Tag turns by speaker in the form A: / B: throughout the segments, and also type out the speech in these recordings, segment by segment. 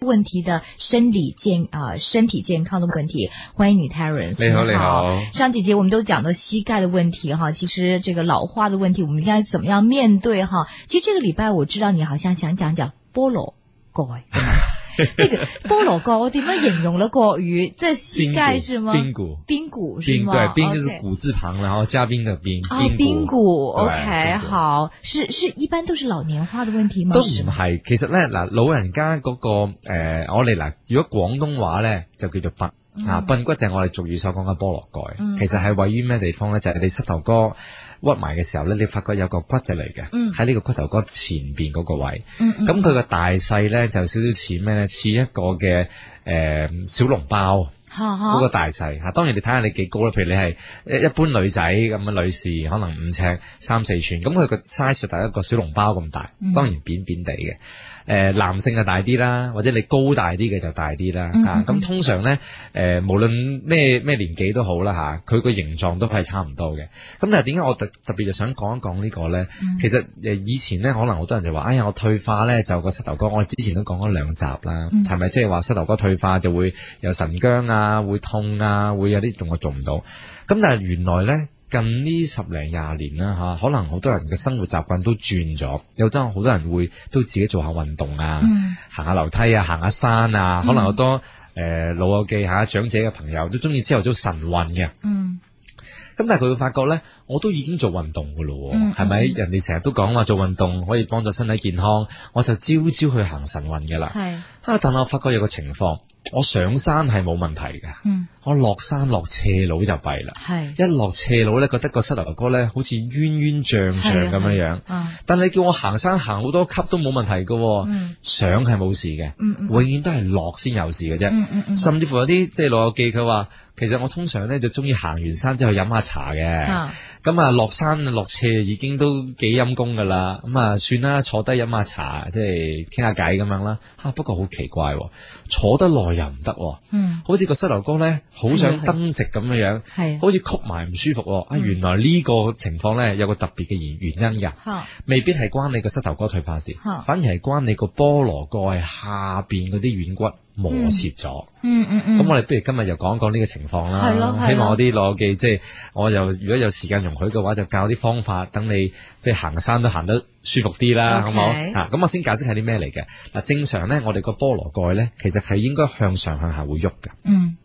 A: 问题的生理健啊、呃、身体健康的问题。欢迎你，Terence。
B: 你好，你好。
A: 上几节我们都讲到膝盖的问题哈，其实这个老化的问题，我们应该怎么样面对哈？其实这个礼拜我知道你好像想讲讲菠萝盖。那 个菠萝盖，我点样形容了国语？这膝盖是吗？
B: 髌骨，
A: 髌骨是
B: 髌
A: 吗？
B: 对，髌
A: OK
B: 就是骨字旁，然后加冰的冰，
A: 啊，
B: 髌
A: 髌骨
B: 对
A: ，OK，
B: 髌骨
A: 好，是是一般都是老年化的问题吗？
B: 都唔
A: 是吗？
B: 係，其實咧嗱，老人家嗰、個呃我哋嗱，如果廣東話咧就叫做髌
A: 嗯
B: 啊，髌骨就係我哋俗語所講嘅菠蘿蓋，
A: 嗯
B: 其實係位於咩地方咧？就係、你膝頭哥屈埋嘅時候咧，你發覺有個骨仔嚟嘅，
A: 嗯
B: 喺呢個骨頭哥前邊嗰個位，
A: 嗯嗯，
B: 咁佢個大細咧就有少少似咩咧？似一個嘅呃小籠包。
A: 好
B: 嗰
A: 好
B: 個大細嚇。當然你睇下你幾高啦，譬如你係一一般女仔咁嘅女士，可能五尺三四寸，咁佢個 size 就大一個小籠包咁大
A: 嗯，
B: 當然扁扁地嘅。誒、男性就大啲啦，或者你高大啲嘅就大啲啦
A: 嗯
B: 嚇。咁、
A: 嗯嗯
B: 通常呢，誒、無論咩咩年紀都好啦嚇，佢、個形狀都係差唔多嘅。咁但係點解我特特別就想講一講呢個呢？
A: 嗯
B: 其實誒以前咧，可能好多人就話：哎呀，我退化咧就個膝頭哥。我之前都講咗兩集啦，
A: 嗯
B: 係咪即係話膝頭哥退化就會有神僵啊，會痛啊，會有啲動作做唔到。咁但係原來咧。近呢十零廿年啦嚇，可能好多人嘅生活習慣都轉咗，有真係好多人會都自己做下運動啊，
A: 嗯
B: 行下樓梯啊，行下山啊，可能
A: 嗯
B: 好多誒、呃老友記嚇長者嘅朋友都中意朝頭早晨運嘅。
A: 嗯
B: 咁但係佢會發覺呢，我都已經做運動㗎咯
A: 嗯
B: 喎，係咪、
A: 嗯
B: 人哋成日都講話做運動可以幫助身體健康，我就朝朝去行晨運㗎啦。
A: 係
B: 啊，但我發覺有個情況，我上山係冇問題㗎，
A: 嗯
B: 我落山落斜路就弊啦。
A: 係
B: 一落斜路呢，覺得個膝頭哥呢好似冤冤脹脹咁樣樣。
A: 啊
B: 但你叫我行山行好多級都冇問題㗎喎，
A: 嗯
B: 上係冇事嘅，
A: 嗯嗯
B: 永遠都係落先有事嘅啫。
A: 嗯嗯嗯
B: 甚至乎有啲即係老友記，佢話其實我通常咧就中意行完山之後飲下茶嘅，
A: 啊
B: 咁啊落山落斜已經都幾陰功㗎啦，咁啊算啦，坐低飲下茶，即係傾下偈咁樣啦。啊不過好奇怪喎，坐得耐又唔得喎，
A: 嗯
B: 好似個膝頭哥咧好
A: 係
B: 想
A: 係
B: 登直咁樣樣，
A: 係
B: 好似曲埋唔舒服喎。啊
A: 嗯
B: 原來呢個情況咧有個特別嘅原原因㗎，
A: 好
B: 未必係關你個膝頭哥退化事
A: 嚇，
B: 反而係關你個菠蘿蓋下邊嗰啲軟骨磨蝕咗。
A: 嗯嗯嗯
B: 咁我哋不如今日又講一講呢個情況啦。
A: 係咯係咯
B: 希望我啲老友記即係我又如果有時間容許嘅話，就教啲方法，等你即係行山都行得舒服啲啦
A: OK
B: 好唔好？嚇咁我先解釋係啲咩嚟嘅。嗱，正常咧，我哋個菠蘿蓋咧，其實係應該向上向下會喐㗎。
A: 嗯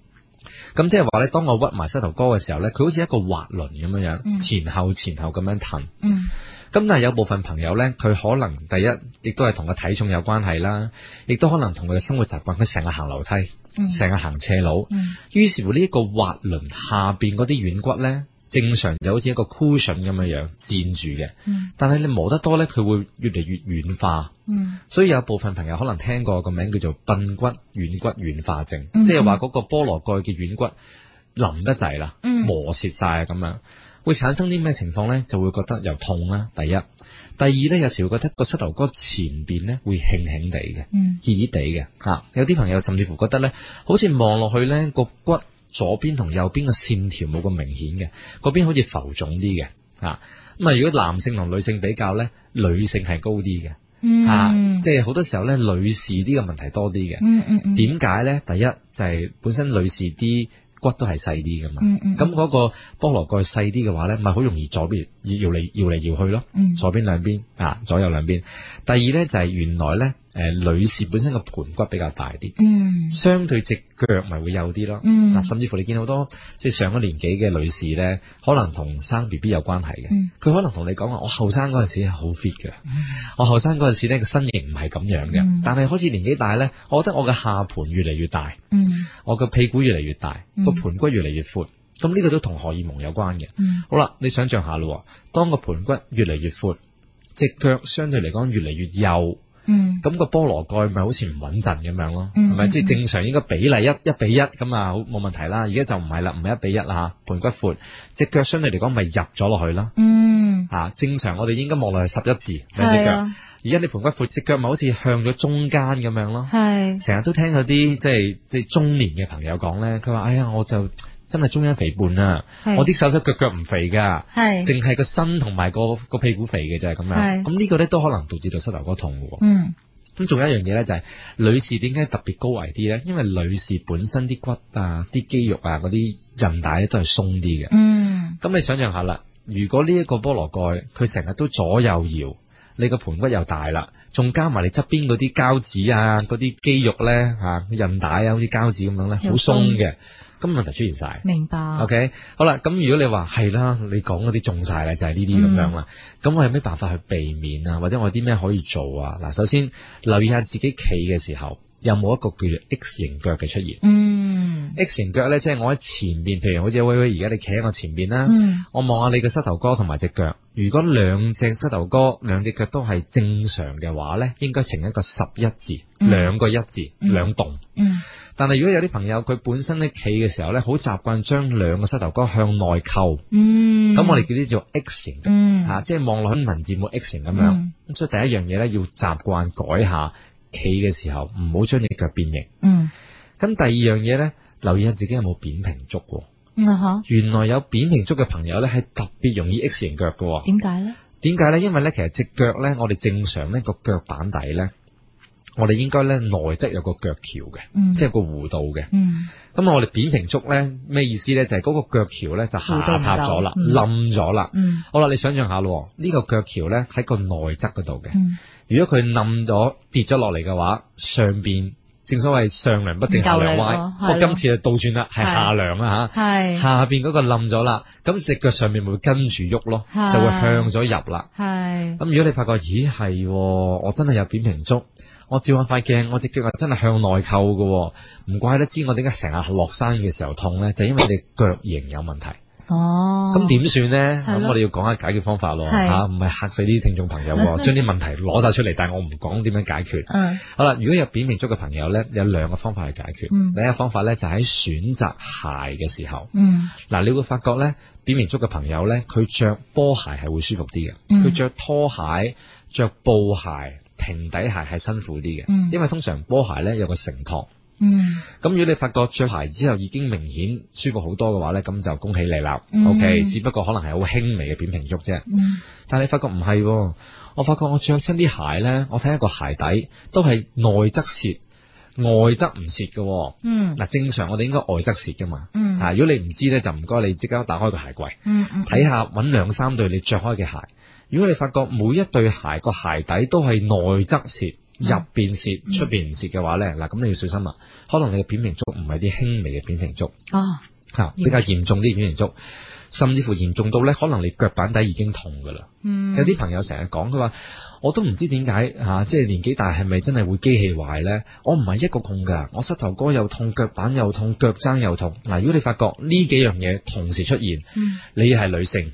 B: 咁即係話咧，當我屈埋膝頭哥嘅時候咧，佢好似一個滑輪咁樣樣，
A: 嗯
B: 前後前後咁樣騰。
A: 嗯
B: 咁但係有部分朋友呢，佢可能第一，亦都係同個體重有關係啦，亦都可能同佢嘅生活習慣，佢成日行樓梯，
A: 嗯
B: 成日行斜路，
A: 嗯
B: 於是乎呢一個滑輪下邊嗰啲軟骨呢，正常就好似一個 cushion 咁樣樣墊住嘅，
A: 嗯
B: 但係你磨得多呢，佢會越嚟越軟化，
A: 嗯
B: 所以有部分朋友可能聽過個名叫做髌骨軟骨軟化症，
A: 嗯
B: 即係話嗰個菠蘿蓋嘅軟骨淋得滯啦，
A: 嗯
B: 磨蝕晒咁樣，會產生啲咩情況呢？就會覺得又痛啦，第一，第二呢，有時會覺得個膝頭哥前邊呢會輕輕地嘅。
A: 嗯
B: 熱熱地嘅嚇、有啲朋友甚至乎覺得呢，好似望落去呢個骨左邊同右邊嘅線條冇咁明顯嘅，嗰邊好似浮腫啲嘅嚇。咁啊，如果男性同女性比較呢，女性係高啲嘅嚇，
A: 嗯
B: 啊即係好多時候呢，女士啲嘅問題多啲嘅。
A: 嗯嗯嗯
B: 點解呢？第一就係、本身女士啲骨都係細啲噶嘛，
A: 嗯嗯
B: 咁嗰、個菠蘿蓋細啲嘅話呢，咪好容易左邊搖嚟搖嚟搖去咯。
A: 嗯
B: 左邊兩邊啊，左右兩邊。第二呢，就係、原來呢，誒、女士本身個盤骨比較大啲，
A: 嗯
B: 相對隻腳咪會幼啲咯。
A: 嗯
B: 嗱、甚至乎你見好多即係上咗年紀嘅女士呢，可能同生 B B 有關係嘅。
A: 嗯
B: 佢可能同你講話，我後生嗰陣時係好 fit 嘅，我後生嗰陣時呢個身形唔係咁樣嘅，
A: 嗯
B: 但係開始年紀大呢，我覺得我嘅下盤越嚟越大，
A: 嗯
B: 我嘅屁股越嚟越大，
A: 嗯
B: 個盤骨越嚟越闊。咁呢個都同荷爾蒙有關嘅。
A: 嗯
B: 好啦，你想象下咯，當個盤骨越嚟越闊，只腳相對嚟講越嚟越幼，
A: 嗯
B: 咁、個菠蘿蓋咪好似唔穩陣咁樣咯，
A: 嗯
B: 係咪？
A: 嗯
B: 即係
A: 嗯
B: 正常應該比例一一比一咁啊，好冇問題啦。而家就唔係啦，唔係一比一啦，盤骨闊，只腳相對嚟講咪入咗落去啦。
A: 嗯
B: 啊，正常我哋應該望落去十一字兩隻
A: 係
B: 腳，
A: 啊
B: 而家你盤骨闊，只腳咪好似向咗中間咁樣咯。
A: 係
B: 成日都聽嗰啲即係即係中年嘅朋友講呢，佢話：哎呀，我就真係中央肥胖啦，
A: 係
B: 我啲手手腳腳唔肥㗎。
A: 係
B: 淨係個身同埋個個屁股肥嘅就係咁樣。
A: 係
B: 咁呢個咧都可能導致到膝頭哥痛嘅喎。
A: 嗯
B: 咁仲有一樣嘢咧，就係、女士點解特別高危啲咧？因為女士本身啲骨啊、啲肌肉啊、嗰啲韌帶咧都係鬆啲嘅。
A: 嗯，
B: 咁你想象下啦，如果呢一個菠蘿蓋佢成日都左右搖，你個盤骨又大啦，仲加埋你側邊嗰啲膠紙啊、嗰啲肌肉咧嚇、啊、韌帶啊，好似膠紙咁樣咧，好
A: 又啊鬆
B: 鬆嘅，咁問題出現晒。
A: 明白。O
B: OK，好啦，咁如果你話係啦，你講嗰啲中晒啦，就係呢啲咁樣啦。
A: 嗯
B: 咁、我有咩辦法去避免啊？或者我有啲咩可以做啊？嗱，首先留意下自己企嘅時候有冇一個叫做 X 型腳嘅出現。
A: 嗯
B: X 型腳呢，即係我喺前面，譬如好似威威而家你企喺我前面啦，
A: 嗯
B: 我望下你嘅膝頭哥同埋只腳。如果兩隻膝頭哥、兩隻腳都係正常嘅話呢，應該呈一個十一字，
A: 嗯
B: 兩個一字，
A: 嗯
B: 兩棟。
A: 嗯
B: 但係如果有啲朋友佢本身咧企嘅時候咧，好習慣將兩個膝頭哥向內扣，咁、
A: 嗯，
B: 我哋叫呢做 X 型嘅，
A: 嗯
B: 啊即係望落去文字冇 X 型咁樣。咁、
A: 嗯
B: 所以第一樣嘢咧要習慣改下企嘅時候，唔好將只腳變形。
A: 嗯
B: 咁第二樣嘢咧，留意下自己有冇扁平足喎。
A: 嗯啊哈，
B: 原來有扁平足嘅朋友咧，係特別容易 X 型腳嘅喎。
A: 點解咧？
B: 點解咧？因為咧，其實只腳咧，我哋正常咧個腳板底咧，我哋應該咧內側有個腳橋嘅，
A: 嗯，
B: 即係有個弧度嘅。
A: 嗯
B: 咁我哋扁平足咧，咩意思咧？就係、嗰個腳橋咧就下塌咗啦，
A: 嗯
B: 冧咗啦。
A: 嗯
B: 好啦，你想象下咯，呢、個腳橋咧喺個內側嗰度嘅。
A: 嗯，
B: 如果佢冧咗跌咗落嚟嘅話，上邊正所謂上梁不正下梁
A: 唔
B: 歪
A: 夠力，咯
B: 我
A: 係咯
B: 今次就倒轉啦，係
A: 係
B: 下梁啦嚇。
A: 係
B: 下邊嗰個冧咗啦，咁只腳上面會跟住喐咯，
A: 係
B: 就會向咗入啦。
A: 係
B: 咁如果你發覺，咦係喎，我真係有扁平足，我照下塊鏡，我隻腳啊係真係向內扣嘅喎，唔怪得知我點解成日落山嘅時候痛呢，就因為你腳型有問題。
A: 哦，
B: 咁點算呢？
A: 係咯
B: 咁我哋要講下解決方法咯，
A: 係
B: 嚇唔係嚇死啲聽眾朋友喎，將啲問題攞晒出嚟，但係我唔講點樣解決。
A: 嗯
B: 好啦，如果有扁平足嘅朋友呢，有兩個方法去解決。
A: 嗯
B: 第一個方法呢，就喺選擇鞋嘅時候。
A: 嗯
B: 嗱，你會發覺咧，扁平足嘅朋友咧，佢着波鞋係會舒服啲嘅，
A: 嗯
B: 佢着、拖鞋、着布鞋、平底鞋係辛苦啲嘅，
A: 嗯
B: 因為通常波鞋咧有個承托。
A: 嗯
B: 咁如果你發覺着鞋之後已經明顯舒服好多嘅話咧，咁就恭喜你啦。
A: 嗯
B: OK，只不過可能係好輕微嘅扁平足啫。
A: 嗯
B: 但係你發覺唔係喎，我發覺我着親啲鞋咧，我睇下個鞋底都係內側蝕，外側唔蝕嘅喎。
A: 嗯
B: 嗱，正常我哋應該外側蝕㗎嘛。
A: 嗯
B: 啊！如果你唔知咧，就唔該你即刻打開個鞋櫃，
A: 嗯嗯
B: 睇下揾兩三對你着開嘅鞋。如果你發覺每一對鞋個鞋底都係內側蝕、
A: 嗯
B: 入邊蝕、
A: 嗯
B: 出邊唔蝕嘅話呢，嗱咁你要小心啦。可能你嘅扁平足唔係啲輕微嘅扁平足，
A: 哦
B: 嚇比較嚴重啲嘅扁平足，甚至乎嚴重到呢，可能你腳板底已經痛㗎啦。
A: 嗯
B: 有啲朋友成日講佢話，我都唔知點解嚇，即係年紀大係咪真係會機器壞呢？我唔係一個痛㗎，我膝頭哥又痛，腳板又痛，腳踭又痛。嗱，如果你發覺呢幾樣嘢同時出現，
A: 嗯
B: 你係女性，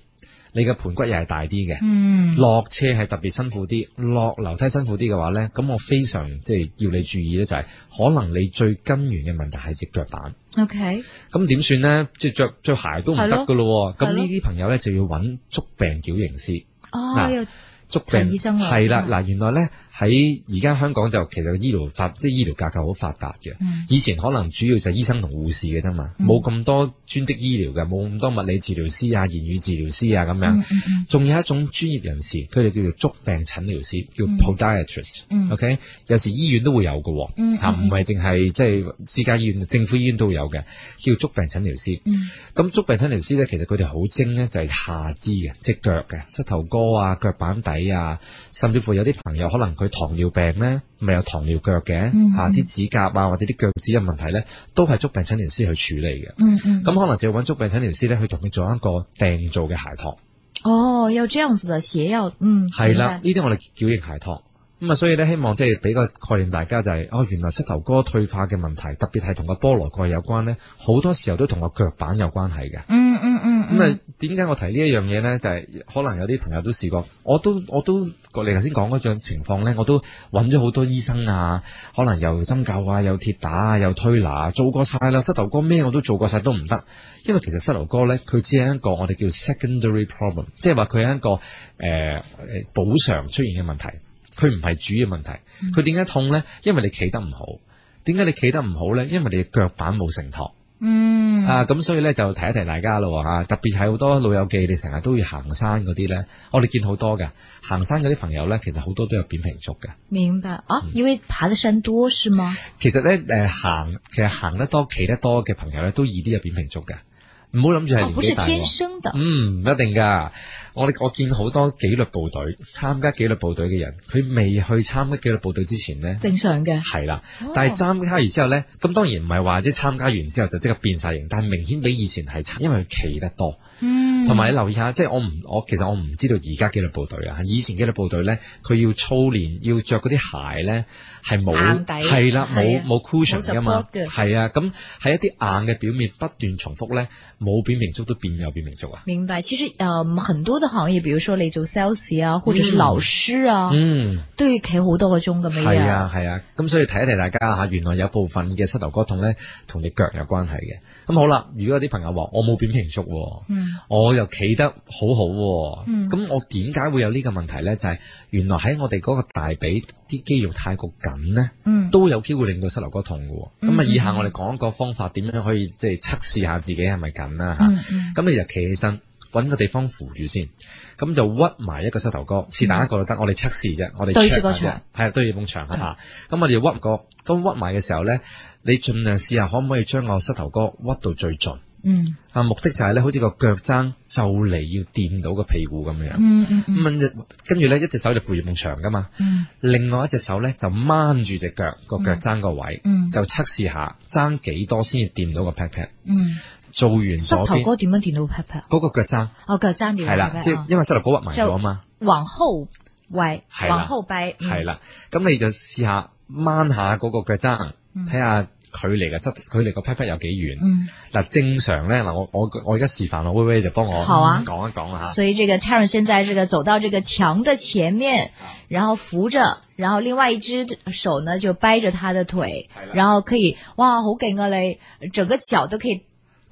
B: 你嘅盤骨又係大啲嘅，
A: 嗯
B: 落車係特別辛苦啲，落樓梯辛苦啲嘅話呢，咁我非常即係要你注意呢，就係、可能你最根源嘅問題係隻腳板。
A: OK
B: 咁點算呢？即係着着鞋都唔得㗎咯
A: 係咯
B: 喎。咁呢啲朋友呢，就要揾足病矯形師。
A: 哦
B: 嗱
A: 又
B: 足病
A: 睇醫生啊
B: 係啦，
A: 嗯
B: 嗱，原來呢，喺而家香港就其實醫療發即係醫療架構好發達嘅。
A: 嗯
B: 以前可能主要就係醫生同護士嘅啫嘛，
A: 嗯
B: 冇咁多專職醫療嘅，冇咁多物理治療師啊、言語治療師啊
A: 嗯
B: 咁樣。
A: 嗯
B: 仲有一種專業人士，佢哋叫做足病診療師，叫
A: 嗯
B: podiatrist、
A: 嗯
B: OK，有時醫院都會有嘅喎，
A: 嗯
B: 嚇
A: 嗯
B: 唔係淨係即係私家醫院、政府醫院都會有嘅，叫足病診療師。
A: 嗯
B: 咁足病診療師咧，其實佢哋好精咧，就係下肢嘅，即係腳嘅，膝頭哥啊、腳板底啊，甚至乎有啲朋友可能佢糖尿病咧，咪有糖尿腳嘅
A: 嗯
B: 嚇，啲指甲啊或者啲腳趾嘅問題咧，都係足病診療師去處理嘅。
A: 嗯嗯
B: 咁可能就要揾足病診療師咧，去同佢做一個訂做嘅鞋托。
A: 哦要這樣子的鞋要嗯
B: 係啦，
A: 明白
B: 呢啲我哋叫矯形鞋托。咁啊，所以咧，希望即係俾個概念大家就係、哦，原來膝頭哥退化嘅問題，特別係同個菠蘿蓋有關咧，好多時候都同個腳板有關係嘅。
A: 嗯嗯嗯嗯
B: 咁啊，點解我提呢一樣嘢呢？就係、可能有啲朋友都試過，我都我都你頭先講嗰種情況呢，我都揾咗好多醫生啊，可能又針灸啊，又鐵打啊，又推拿啊，做過晒啦，膝頭哥咩我都做過晒都唔得，因為其實膝頭哥呢，佢只係一個我哋叫 secondary problem，即係話佢係一個誒誒、呃補償出現嘅問題，佢唔係主要問題。
A: 嗯
B: 佢點解痛呢？因為你企得唔好。點解你企得唔好呢？因為你嘅腳板冇承托。
A: 嗯，
B: 啊，咁所以咧就提一提大家咯吓，特別係好多老友記，你成日都要行山嗰啲咧，我哋見好多嘅行山嗰啲朋友咧，其實好多都有扁平足嘅。
A: 明白啊，因为爬的山多是吗？
B: 其實咧誒行，其實行得多、企得多嘅朋友咧，都易啲有扁平足嘅。唔好諗住係
A: 哦，
B: 年
A: 不是
B: 紀大喎。
A: 天生的，
B: 嗯，唔一定㗎。我哋我見好多紀律部隊參加紀律部隊嘅人，佢未去參加紀律部隊之前咧，
A: 正常嘅。
B: 係啦。
A: 哦
B: 但係參加完之後呢，咁當然唔係話即係參加完之後就即刻變晒形，但係明顯比以前係差，因為佢企得多，
A: 嗯，
B: 同埋你留意下，即係我唔我其實我唔知道而家紀律部隊啊，以前紀律部隊呢，佢要操練要着嗰啲鞋呢，係冇
A: 硬底
B: 係啦，
A: 係
B: 冇
A: 啊
B: 冇 cushion
A: 冇
B: 㗎嘛，
A: support 嘅
B: 係啊，咁喺一啲硬嘅表面不斷重複呢，冇扁平足都變有扁平足啊，
A: 明白。其实，呃，很多的行業，比如說你做 sales 啊，或者是
B: 嗯
A: 老師啊，
B: 嗯。
A: 都要企好多個鐘咁樣。
B: 係啊，係啊，咁所以提一提大家嚇，原來有部分嘅膝頭哥痛咧，同只腳有關係嘅。咁好啦，如果有啲朋友話我冇扁平足喎，
A: 嗯，
B: 我又企得好好喎，
A: 嗯
B: 咁、我點解會有呢個問題咧？就係、原來喺我哋嗰個大髀啲肌肉太過緊咧，
A: 嗯
B: 都有機會令到膝頭哥痛嘅喎。
A: 嗯
B: 咁啊，以
A: 嗯
B: 下我哋講一個方法，點樣可以即係測試下自己係咪緊啦嚇。
A: 嗯嗯
B: 咁你就企起身，揾個地方扶住先，咁就屈埋一個膝頭哥，是但一個都得。我哋測試啫，我哋
A: 對住個
B: check 下啫
A: 牆，嗯
B: 係啊對住埲牆下。咁我哋就屈個，咁屈埋嘅時候呢，你盡量試下可唔可以將個膝頭哥屈到最盡。
A: 嗯
B: 啊，目的就係呢，好似個腳踭就嚟要掂到個屁股咁樣。
A: 嗯嗯嗯
B: 咁啊就跟住呢，一隻手就扶住埲牆噶嘛，
A: 嗯
B: 另外一隻手呢，就掹住只腳個腳踭個位，
A: 嗯
B: 就測試下爭幾多先至掂到個 pat pat。
A: 嗯，
B: 做完
A: 膝
B: 左
A: 頭
B: 邊
A: 哥點樣掂到 pat pat？
B: 嗰個腳踭。
A: 哦，腳踭掂
B: 系
A: 到
B: 啦，
A: pat
B: 即
A: pat
B: 係
A: 啊。
B: 因為膝頭哥屈埋咗啊嘛，
A: 往後歪，
B: 係啦
A: 往後掰，嗯
B: 係，啦，咁你就試下掹下嗰個腳踭，
A: 嗯
B: 睇下距離嘅膝，距離個 pat pat 有幾遠。
A: 嗯，
B: 嗱，正常咧，嗱，我我我而家示範，我威威就幫我
A: 好啊
B: 講一講啦嚇。
A: 所以這個 Terence 现在这个走到这个墙的前面，
B: 啊
A: 然后扶着，然后另外一只手呢就掰着他的腿
B: 係啦，
A: 然后可以，哇，好劲啊嘞，整个脚都可以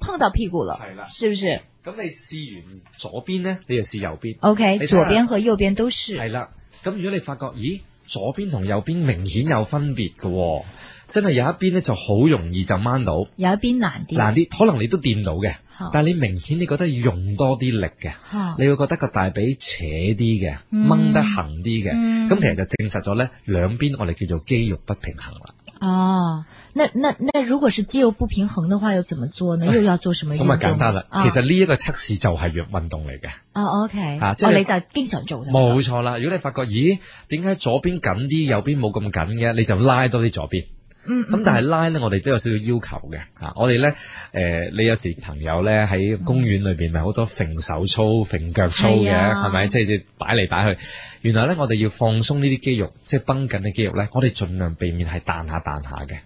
A: 碰到屁股了
B: 係啦，
A: 是不是
B: 咁你試完左邊咧，你就試右邊。
A: ？OK，
B: 你睇下
A: 左邊和右邊都是，
B: 係啦，咁如果你發覺，咦，左邊同右邊明顯有分別嘅喎，真係有一邊咧就好容易就掹到，
A: 有一邊難啲，
B: 嗱，啲可能你都掂到嘅，
A: 好，
B: 但係你明顯你覺得要用多啲力嘅。
A: 好，
B: 你會覺得個大髀扯啲嘅，
A: 哦嗯
B: 掹得行啲嘅，
A: 嗯
B: 咁、其實就證實咗呢兩邊我哋叫做肌肉不平衡啦。
A: 哦，那那那如果是肌肉不平衡的話，又怎麼做呢？又要做什麼運
B: 咁
A: 動
B: 啊
A: 呢？
B: 簡單啦，
A: 啊
B: 其實呢一個測試就係藥運動嚟嘅，
A: 哦，OK，
B: 啊即係
A: 哦，你就經常做嘅，
B: 冇錯啦。如果你發覺，咦，點解左邊緊啲，右邊冇咁緊嘅，你就拉多啲左邊。
A: 嗯，
B: 咁但係拉呢，我哋都有少少要求嘅嚇。我哋呢，誒、呃你有時朋友呢喺公園裏邊咪好多揈手操、揈腳操嘅，
A: 係啊
B: 係咪？即係擺嚟擺去。原來呢，我哋要放鬆呢啲肌肉，即係繃緊嘅肌肉呢，我哋盡量避免係彈下彈下嘅。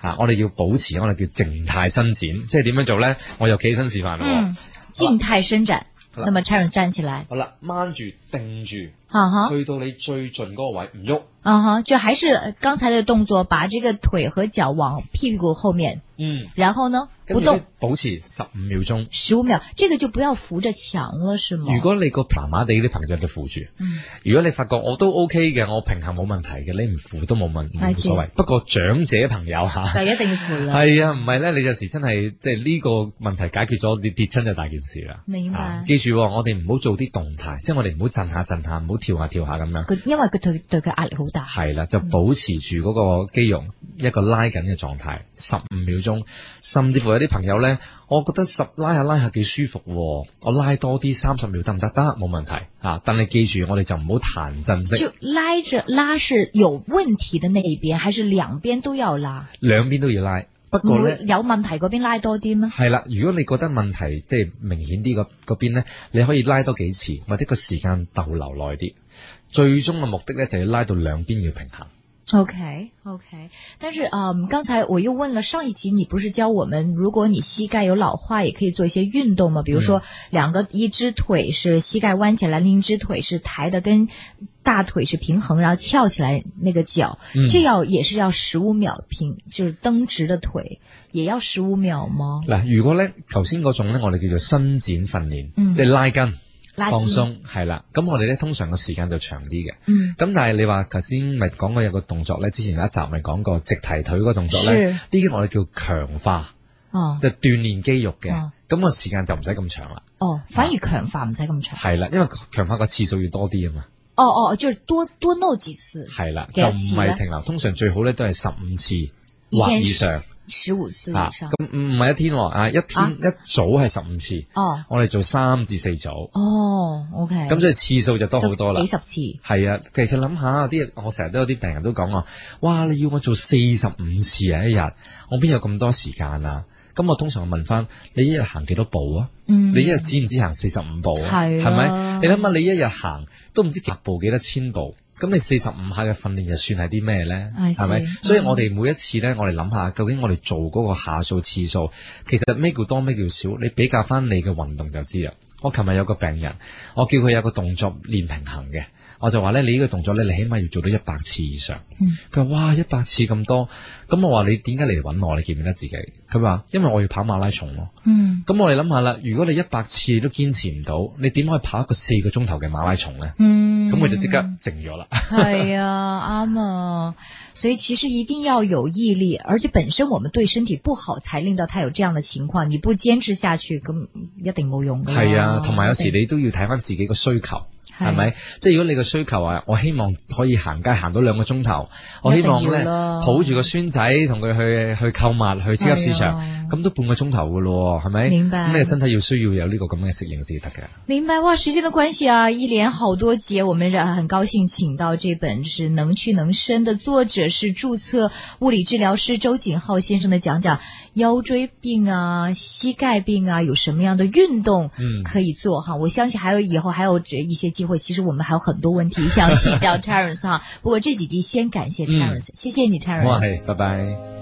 B: 嚇！我哋要保持我哋叫靜態伸展，即係點樣做呢？我又企起身示範咯。
A: 嗯，靜態伸展。
B: 好啦
A: 那么 Terence 站起来，啊
B: 好啦，掹住定住，
A: 哈哈，
B: 去到你最盡嗰個位唔喐。
A: 啊哈，就还是刚才的动作，把这个腿和脚往屁股后面，
B: 嗯，
A: 然后呢
B: 跟
A: 不
B: 住呢
A: 动
B: 保持十五秒鐘。
A: 十五秒，这个就不要扶着墙了，是吗？
B: 如果你個麻麻地啲朋友就扶住。
A: 嗯
B: 如果你發覺我都 OK 嘅，我平衡冇問題嘅，你唔扶都冇問冇
A: I see
B: 所謂。不過長者朋友
A: 就
B: 嚇，
A: 一定要扶了，
B: 係啊，唔係咧，你有時真係即係呢個問題解決咗，你跌親就大件事啦。
A: 明
B: 啊
A: 白？
B: 記住喎，我哋唔好做啲動態，即係我哋唔好震下震下，唔好跳下跳下咁樣。
A: 佢因为佢對對佢壓力好大，
B: 係啦，就保持住嗰個肌肉一個拉緊嘅狀態，十五秒鐘，甚至乎有啲朋友呢，我覺得十拉下拉下幾舒服喎，我拉多啲三十秒得唔得？得，冇問題啊！但係記住，我哋就唔好彈震式。
A: 就拉着拉是有問題的那一邊，還是兩邊都要拉？
B: 兩邊都要拉。不
A: 唔
B: 過
A: 會
B: 呢，
A: 有問題嗰邊拉多啲咩？
B: 係啦，如果你覺得問題即係明顯啲嗰嗰邊呢，你可以拉多幾次，或者個時間逗留耐啲。最終嘅目的呢，就要拉到兩邊要平衡。
A: OK OK，但是嗯，刚才我又问了上一集，你不是教我们，如果你膝盖有老化，也可以做一些运动吗？比如
B: 嗯
A: 说两个，一只腿是膝盖弯起来，另一只腿是抬的跟大腿是平衡，然后翘起来那个脚，
B: 嗯
A: 这要也是要十五秒平，就是蹬直的腿也要十五秒吗？
B: 嗱，如果呢頭先嗰種呢，我哋叫做伸展訓練，
A: 嗯
B: 即係拉筋、
A: 拉
B: 放
A: 筋，
B: 鬆，係啦。咁我哋呢，通常個時間就長啲嘅。
A: 嗯，
B: 咁但係你話頭先咪講過有個動作呢，之前有一集咪講過直提腿嗰個動作呢，
A: 是
B: 呢啲我哋叫強化。
A: 哦
B: 就鍛炼肌肉嘅，
A: 哦
B: 咁個時間就唔使咁長啦。
A: 哦，反而強化唔使咁長。
B: 係啦，因為強化個次數要多啲啊嘛。
A: 哦哦，就是多多弄幾次，
B: 係啦，
A: 幾
B: 就
A: 多次啊
B: 唔
A: 呢
B: 係停留，通常最好咧都係十五次或
A: 天
B: 以上
A: 十五次
B: 啊
A: 以。上。
B: 咁唔係一天喎啊，一天
A: 啊
B: 一組係十五次，
A: 哦
B: 我哋做三至四組，
A: 哦，OK。
B: 啊咁所以次數就多好多啦
A: 幾。十次。
B: 係啊，其實諗下啲人，我成日都有啲病人都講我，哇！你要我做四十五次啊一日，我邊有咁多時間啊？咁我通常問翻你一日行幾多步啊？
A: 嗯。
B: 你一日知唔知行四十五步啊？
A: 係啊
B: 係咪？你諗下，你一日行都唔知幾步幾多千步，咁你四十五下嘅訓練又算係啲咩呢？
A: I see，
B: 係咪
A: 嗯？
B: 所以我哋每一次呢，我哋諗下究竟我哋做嗰個下數次數，其實咩叫多咩叫少？你比較翻你嘅運動就知啦。我琴日有個病人，我叫佢有個動作練平衡嘅，我就話呢，你呢個動作呢，你起碼要做到一百次以上。
A: 嗯
B: 佢話：哇，一百次咁多，咁我話你點解嚟揾我？你記唔記得自己？佢話：因為我要跑馬拉松咯。
A: 嗯
B: 咁我哋諗下啦，如果你一百次都堅持唔到，你點可以跑一個四個鐘頭嘅馬拉松呢？
A: 嗯。
B: 咁佢就即刻靜咗啦。
A: 哎呀，啱啊！所以其实一定要有毅力，而且本身我们对身体不好，才令到他有这样的情况。你不坚持下去，咁一定冇用噶啦。
B: 係啊，同埋有時你都要睇翻自己個需求，係咪？即係如果你個需求啊，我希望可以行街行到兩個鐘頭，我希望
A: 一定要
B: 呢，
A: 啦
B: 抱住個孫仔同佢去去購物去超級市
A: 係啊
B: 場，咁都半個鐘頭㗎咯喎，係咪？
A: 明白
B: 咁你身體要需要有呢個咁嘅適應先得嘅。
A: 明白哇！时间的关系啊，一连好多节，我们很高兴请到这本是《能屈能伸》的作者是注册物理治疗师周景浩先生的讲讲腰椎病啊、膝盖病啊有什么样的运动
B: 嗯
A: 可以做哈。我相信还有以后还有这一些机会，其实我们还有很多问题想请教 Terence 哈。不过这几集先感谢 Terence，、谢谢你 Terence。
B: 好啊，係，拜拜。